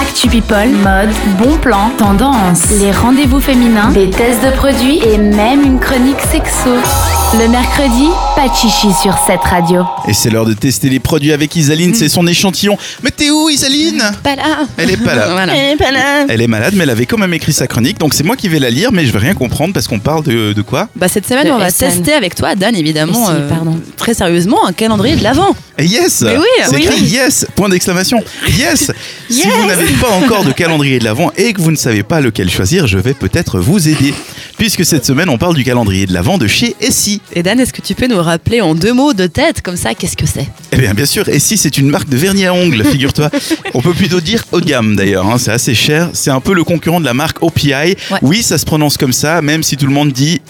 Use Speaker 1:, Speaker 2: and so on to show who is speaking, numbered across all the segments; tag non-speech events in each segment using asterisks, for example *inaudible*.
Speaker 1: Actu People, mode, bon plan, tendance, les rendez-vous féminins, des tests de produits et même une chronique sexo. Le mercredi, pas de chichi sur cette radio.
Speaker 2: Et c'est l'heure de tester les produits avec Isaline, c'est son échantillon. Mais t'es où Isaline
Speaker 3: Mm. Pas là.
Speaker 2: Elle est pas là.
Speaker 3: Voilà.
Speaker 4: Eh, pas là.
Speaker 2: Elle est malade, mais elle avait quand même écrit sa chronique, donc c'est moi qui vais la lire, mais je vais rien comprendre parce qu'on parle de, de quoi
Speaker 3: Bah, cette semaine,
Speaker 4: De
Speaker 3: on va
Speaker 4: SN.
Speaker 3: tester avec toi, Dan, évidemment, euh,
Speaker 4: Si, pardon.
Speaker 3: très sérieusement, un calendrier de l'avant.
Speaker 2: Et Yes
Speaker 3: Mais oui,
Speaker 2: C'est
Speaker 3: oui,
Speaker 2: écrit
Speaker 3: oui.
Speaker 2: yes Point d'exclamation
Speaker 3: *laughs*
Speaker 2: Yes Si
Speaker 3: Yes
Speaker 2: vous n'avez pas encore de calendrier de l'Avent et que vous ne savez pas lequel choisir, je vais peut-être vous aider. Puisque cette semaine, on parle du calendrier de l'Avent de chez Essie.
Speaker 3: Et Dan, est-ce que tu peux nous rappeler en deux mots de tête, comme ça, qu'est-ce que c'est
Speaker 2: Eh bien, bien sûr, Essie, c'est une marque de vernis à ongles,
Speaker 3: *laughs*
Speaker 2: figure-toi. On peut plutôt dire haut de gamme, d'ailleurs. hein, c'est assez cher. C'est un peu le concurrent de la marque OPI. Oui, ça se prononce comme ça, même si tout le monde dit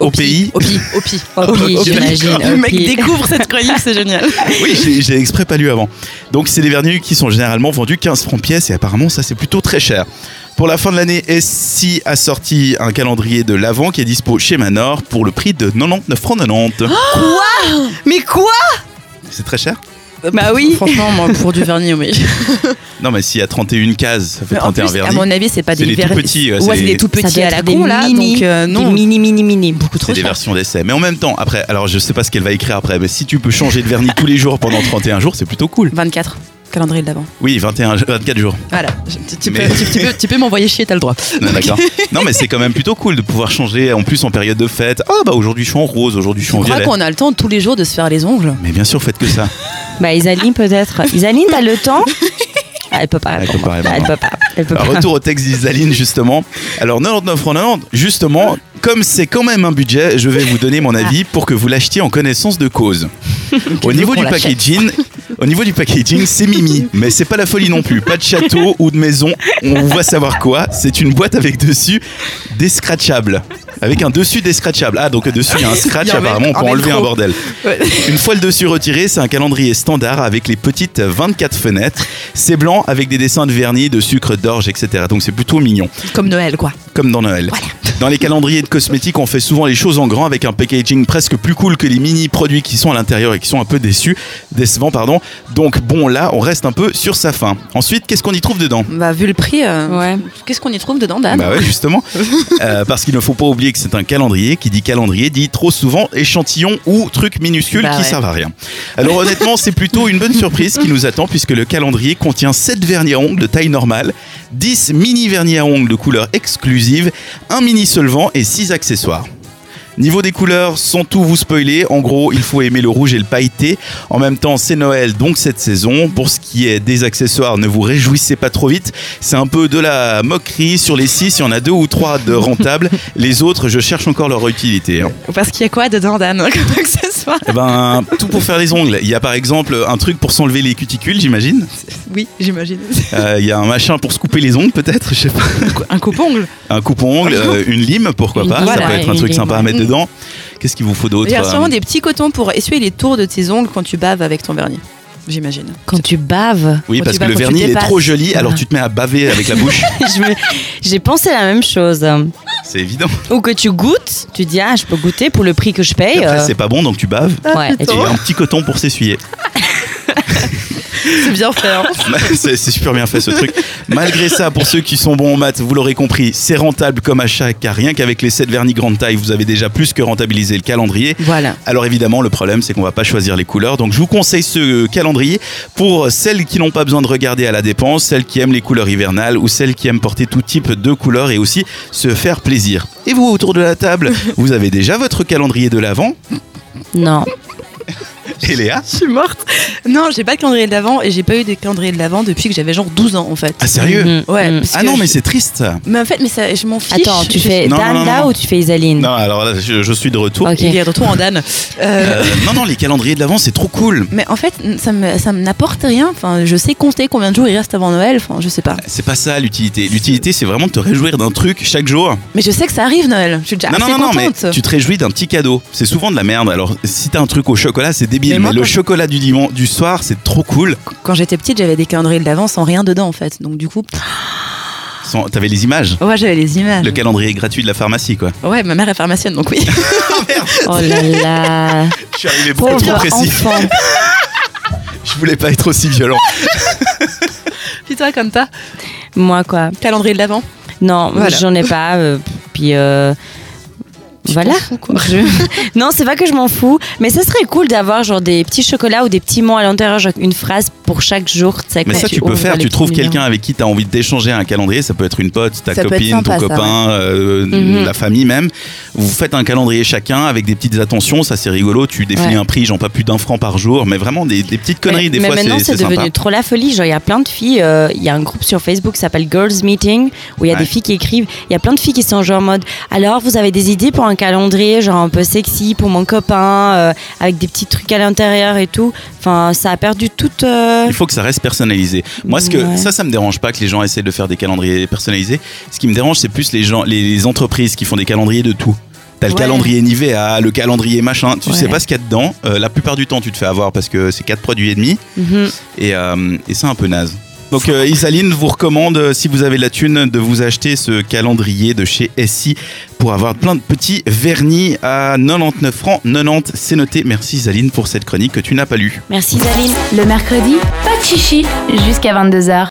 Speaker 2: OPI.
Speaker 3: Opi, *laughs* Opi.
Speaker 4: Opi,
Speaker 2: Opi,
Speaker 4: j'imagine.
Speaker 2: d'accord.
Speaker 3: Le mec
Speaker 4: Opi.
Speaker 3: découvre cette chronique, c'est génial.
Speaker 2: *laughs* Oui, j'ai- j'ai exprès pas lu avant. Donc, c'est des vernis qui sont généralement vendus 15 francs pièce et apparemment, ça, c'est plutôt très cher. Pour la fin de l'année, Essie a sorti un calendrier de l'Avent qui est dispo chez Manor pour le prix de 99 francs 90.
Speaker 3: Mais Oh quoi
Speaker 2: C'est très cher
Speaker 3: *laughs* Bah oui. Franchement, moi, pour du vernis, oui.
Speaker 2: Non, mais s'il y a 31 cases, ça fait 31
Speaker 3: En plus, à
Speaker 2: vernis.
Speaker 3: mon avis, c'est pas
Speaker 2: C'est
Speaker 3: des
Speaker 2: des tout
Speaker 3: vernis.
Speaker 2: petits, ouais,
Speaker 3: Ouais,
Speaker 2: c'est
Speaker 3: c'est
Speaker 2: des-
Speaker 3: des tout
Speaker 4: Ça
Speaker 3: petits
Speaker 4: doit
Speaker 3: à la
Speaker 4: être des
Speaker 3: con, là.
Speaker 4: mini,
Speaker 3: Donc, euh,
Speaker 4: Des
Speaker 3: non.
Speaker 4: mini, mini, mini. Beaucoup
Speaker 2: C'est des versions d'essai. Mais en même temps, après, alors je sais pas ce qu'elle va écrire après, mais si tu peux changer de vernis tous les jours pendant 31 jours, c'est plutôt cool.
Speaker 3: 24. Calendrier de l'avant.
Speaker 2: Oui, 21, 24
Speaker 3: *laughs*
Speaker 2: jours.
Speaker 3: Voilà. Tu, tu
Speaker 2: Mais-
Speaker 3: peux, tu- tu peux- tu peux m'envoyer chier, t'as le droit.
Speaker 2: Non, d'accord. Non, mais c'est quand même plutôt cool de pouvoir changer, en plus en période de fête. Ah, bah aujourd'hui je suis en rose, aujourd'hui je suis en
Speaker 3: Je crois
Speaker 2: violet.
Speaker 3: qu'on a le temps tous les jours de se faire les ongles.
Speaker 2: Mais bien sûr, faites que ça.
Speaker 4: Bah, Isaline, peut-être.
Speaker 3: *laughs*
Speaker 4: Isaline, t'as le temps Ah, Elle peut pas.
Speaker 2: Elle peut
Speaker 4: répondre.
Speaker 2: pas répondre.
Speaker 4: Elle peut pas. Elle peut
Speaker 2: Alors,
Speaker 4: pas.
Speaker 2: retour au texte d'Isaline, justement. Alors, 99 francs 90, justement, comme c'est quand même un budget, je vais vous donner mon avis pour que vous l'achetiez en connaissance de
Speaker 3: *laughs*
Speaker 2: cause. Au niveau
Speaker 3: qu'on
Speaker 2: du
Speaker 3: l'achète.
Speaker 2: packaging, *laughs* au niveau du packaging, c'est mimi, mais c'est pas la folie non plus. Pas de château ou de maison, on va savoir quoi. C'est une boîte avec dessus descratchable. Avec un dessus descratchable. Ah, donc dessus, il
Speaker 3: *laughs*
Speaker 2: y a un scratch,
Speaker 3: Il y a un
Speaker 2: apparemment, on
Speaker 3: mec-
Speaker 2: peut
Speaker 3: un
Speaker 2: enlever
Speaker 3: velcro.
Speaker 2: un bordel.
Speaker 3: Ouais.
Speaker 2: Une fois le dessus retiré, c'est un calendrier standard avec les petites 24 fenêtres. C'est blanc avec des dessins de vernis, de sucre, d'orge, etc. Donc c'est plutôt mignon,
Speaker 3: Comme Noël, quoi.
Speaker 2: comme dans Noël. Dans les calendriers de cosmétiques, on fait souvent les choses en grand avec un packaging presque plus cool que les mini produits qui sont à l'intérieur et qui sont un peu déçus, décevants. Pardon. Donc bon, là, on reste un peu sur sa fin. Ensuite, qu'est-ce qu'on y trouve dedans
Speaker 3: Bah, vu le prix, euh,
Speaker 4: Ouais.
Speaker 3: qu'est-ce qu'on y trouve dedans, Dan
Speaker 2: Bah ouais,
Speaker 3: *laughs*
Speaker 2: justement. Euh, parce qu'il ne faut pas oublier que c'est un calendrier. Qui dit calendrier dit trop souvent échantillon ou truc minuscule
Speaker 3: Bah
Speaker 2: qui
Speaker 3: ouais.
Speaker 2: servent à rien. Alors honnêtement, c'est plutôt une bonne surprise qui nous attend puisque le calendrier contient 7 vernis à ongles de taille normale, 10 mini vernis à ongles de couleur exclusive, un mini solvant et 6 accessoires. Niveau des couleurs, sans tout vous spoiler, en gros, il faut aimer le rouge et le pailleté. En même temps, c'est Noël, donc cette saison. Pour ce qui est des accessoires, ne vous réjouissez pas trop vite. C'est un peu de la moquerie. Sur les six, il y en a deux ou trois de rentables. Les autres, je cherche encore leur utilité. hein.
Speaker 3: Parce qu'il y a quoi dedans, Dan, *laughs* comme accessoire
Speaker 2: Eh ben, tout pour faire les ongles. Il y a par exemple un truc pour s'enlever les cuticules, j'imagine.
Speaker 3: Oui, j'imagine.
Speaker 2: Euh, il y a un machin pour se couper les ongles, peut-être, je sais pas.
Speaker 3: Un coupongle.
Speaker 2: Un coupe-ongle,
Speaker 3: Ah
Speaker 2: euh, une lime, pourquoi
Speaker 4: Une-
Speaker 2: pas.
Speaker 4: voilà,
Speaker 2: Ça peut être un
Speaker 4: une
Speaker 2: truc
Speaker 4: lime,
Speaker 2: sympa à
Speaker 4: ouais.
Speaker 2: mettre dedans. Qu'est-ce qu'il vous faut d'autre
Speaker 3: Il y a Mm. sûrement
Speaker 2: euh,
Speaker 3: des petits cotons pour essuyer les tours de tes ongles quand tu baves avec ton vernis. J'imagine.
Speaker 4: Quand tu baves.
Speaker 2: Oui,
Speaker 3: Quand
Speaker 2: parce
Speaker 3: tu
Speaker 2: que
Speaker 3: vas-
Speaker 2: le
Speaker 3: quand tu
Speaker 2: vernis il est
Speaker 3: dépasses.
Speaker 2: trop joli, alors tu te mets à baver avec la
Speaker 3: *laughs*
Speaker 2: bouche.
Speaker 4: *laughs* je me- J'ai pensé la même chose.
Speaker 2: C'est évident.
Speaker 4: Ou que tu goûtes, tu dis ah je peux goûter pour le prix que je paye.
Speaker 2: Et après,
Speaker 4: euh,
Speaker 2: c'est pas bon, donc tu baves.
Speaker 4: ouais.
Speaker 2: Et un petit coton pour s'essuyer. *laughs*
Speaker 3: C'est bien fait. *laughs* hein.
Speaker 2: c'est c'est super bien fait ce truc. Malgré ça, pour ceux qui sont bons en maths, vous l'aurez compris, c'est rentable comme achat car rien qu'avec les 7 vernis grande taille, vous avez déjà plus que rentabilisé le calendrier.
Speaker 3: Voilà.
Speaker 2: Alors évidemment, le problème, c'est qu'on va pas choisir les couleurs. Donc je vous conseille ce euh, calendrier pour celles qui n'ont pas besoin de regarder à la dépense, celles qui aiment les couleurs hivernales ou celles qui aiment porter tout type de couleurs et aussi se faire plaisir. Et vous, autour de la table, vous avez déjà votre calendrier de l'avant
Speaker 4: Non.
Speaker 2: Et Léa
Speaker 3: Je suis morte. Non, j'ai pas de calendrier de l'avant et j'ai pas eu de calendrier de l'avant depuis que j'avais genre 12 ans en fait.
Speaker 2: Ah sérieux
Speaker 4: Mhm,
Speaker 3: Ouais.
Speaker 4: mhm.
Speaker 3: parce
Speaker 2: Ah
Speaker 3: que
Speaker 2: non, mais
Speaker 3: je-
Speaker 2: c'est triste.
Speaker 3: Mais en fait, mais ça, je m'en fiche.
Speaker 4: Attends, tu
Speaker 3: Je-
Speaker 4: fais
Speaker 2: Non, non,
Speaker 4: Dan
Speaker 2: non,
Speaker 4: là
Speaker 2: non.
Speaker 4: ou tu fais Isaline
Speaker 2: Non, alors là, je, je suis de retour.
Speaker 4: Ok.
Speaker 3: Il est de retour en Dan.
Speaker 2: *laughs*
Speaker 3: Euh,
Speaker 2: Euh, non, non, les calendriers de l'avant, c'est trop cool.
Speaker 3: Mais en fait, ça me, ça me n'apporte rien. Enfin, je sais compter combien de jours il reste avant Noël. Enfin, je sais pas.
Speaker 2: C'est pas ça l'utilité. L'utilité, c'est vraiment de te réjouir d'un truc chaque jour.
Speaker 3: Mais je sais que ça arrive Noël. Je suis déjà
Speaker 2: non,
Speaker 3: assez
Speaker 2: non, non,
Speaker 3: Ah, contente.
Speaker 2: mais tu te réjouis d'un petit cadeau. C'est souvent de la merde. Alors, si t'as un truc au chocolat, c'est débile. Mais,
Speaker 3: Mais moi,
Speaker 2: le
Speaker 3: quand-
Speaker 2: chocolat du dimanche, du soir, c'est trop cool.
Speaker 3: Quand j'étais petite, j'avais des calendriers de l'avant sans rien dedans en fait. Donc du coup,
Speaker 2: Sans- T'avais les images.
Speaker 3: ouais, j'avais les images.
Speaker 2: Ah. Le calendrier gratuit de la pharmacie, quoi.
Speaker 3: Ouais, ma mère est pharmacienne, donc oui.
Speaker 4: Oh
Speaker 2: *laughs*
Speaker 4: là là.
Speaker 2: Je suis arrivé beaucoup trop
Speaker 4: Pauvre
Speaker 2: précis.
Speaker 4: enfant.
Speaker 2: Je voulais pas être aussi violent.
Speaker 3: Putain, toi, comme ça
Speaker 4: Moi, quoi.
Speaker 3: Calendrier de l'avant
Speaker 4: Non,
Speaker 3: Voilà.
Speaker 4: j'en ai pas. euh, puis. euh, voilà. Je- *laughs* non, c'est pas que je m'en fous, mais ça serait cool d'avoir genre des petits chocolats ou des petits mots à l'intérieur, genre une phrase pour chaque jour. sais,
Speaker 2: Mais
Speaker 4: quand
Speaker 2: ça, tu peux
Speaker 4: ouvres
Speaker 2: faire.
Speaker 4: les
Speaker 2: Tu trouves
Speaker 4: petits
Speaker 2: quelqu'un avec qui tu as envie d'échanger un calendrier. Ça peut être une pote, ta
Speaker 5: Ça peut être
Speaker 2: copine,
Speaker 5: sympa,
Speaker 2: ton
Speaker 5: ça,
Speaker 2: copain, euh,
Speaker 4: Mhm.
Speaker 2: la famille même. Vous faites un calendrier chacun avec des petites attentions. Ça, c'est rigolo. Tu définis
Speaker 4: Ouais.
Speaker 2: un prix, genre pas plus d'un franc par jour, mais vraiment des, des petites conneries.
Speaker 4: mais,
Speaker 2: des
Speaker 4: mais
Speaker 2: fois,
Speaker 4: maintenant
Speaker 2: c'est
Speaker 4: c'est
Speaker 2: c'est sympa.
Speaker 4: devenu trop la folie genre il y a plein de filles euh, il y a un groupe sur Facebook qui s'appelle Girls Meeting où il y a
Speaker 2: Ouais.
Speaker 4: des filles qui écrivent il y a plein de filles qui sont genre en mode alors vous avez des idées pour un calendrier genre un peu sexy pour mon copain euh, avec des petits trucs à l'intérieur et tout enfin ça a perdu toute euh,
Speaker 2: Il faut que ça reste personnalisé. Moi, ce que
Speaker 4: Ouais.
Speaker 2: ça, ça me dérange pas que les gens essaient de faire des calendriers personnalisés. Ce qui me dérange, c'est plus les gens, les, les entreprises qui font des calendriers de tout. T'as le
Speaker 3: Ouais.
Speaker 2: calendrier Nivea, le calendrier machin. Tu
Speaker 4: Ouais.
Speaker 2: sais pas ce qu'il y a dedans. Euh, la plupart du temps, tu te fais avoir parce que c'est quatre produits et demi
Speaker 4: Mhm.
Speaker 2: et, euh, et c'est un peu naze. Donc euh, Isaline vous recommande, euh, si vous avez la thune, de vous acheter ce calendrier de chez SI pour avoir plein de petits vernis à 99 francs 90. C'est noté. Merci Isaline pour cette chronique que tu n'as pas lue.
Speaker 4: merci Zaline
Speaker 1: Le mercredi, pas de chichi jusqu'à 22h.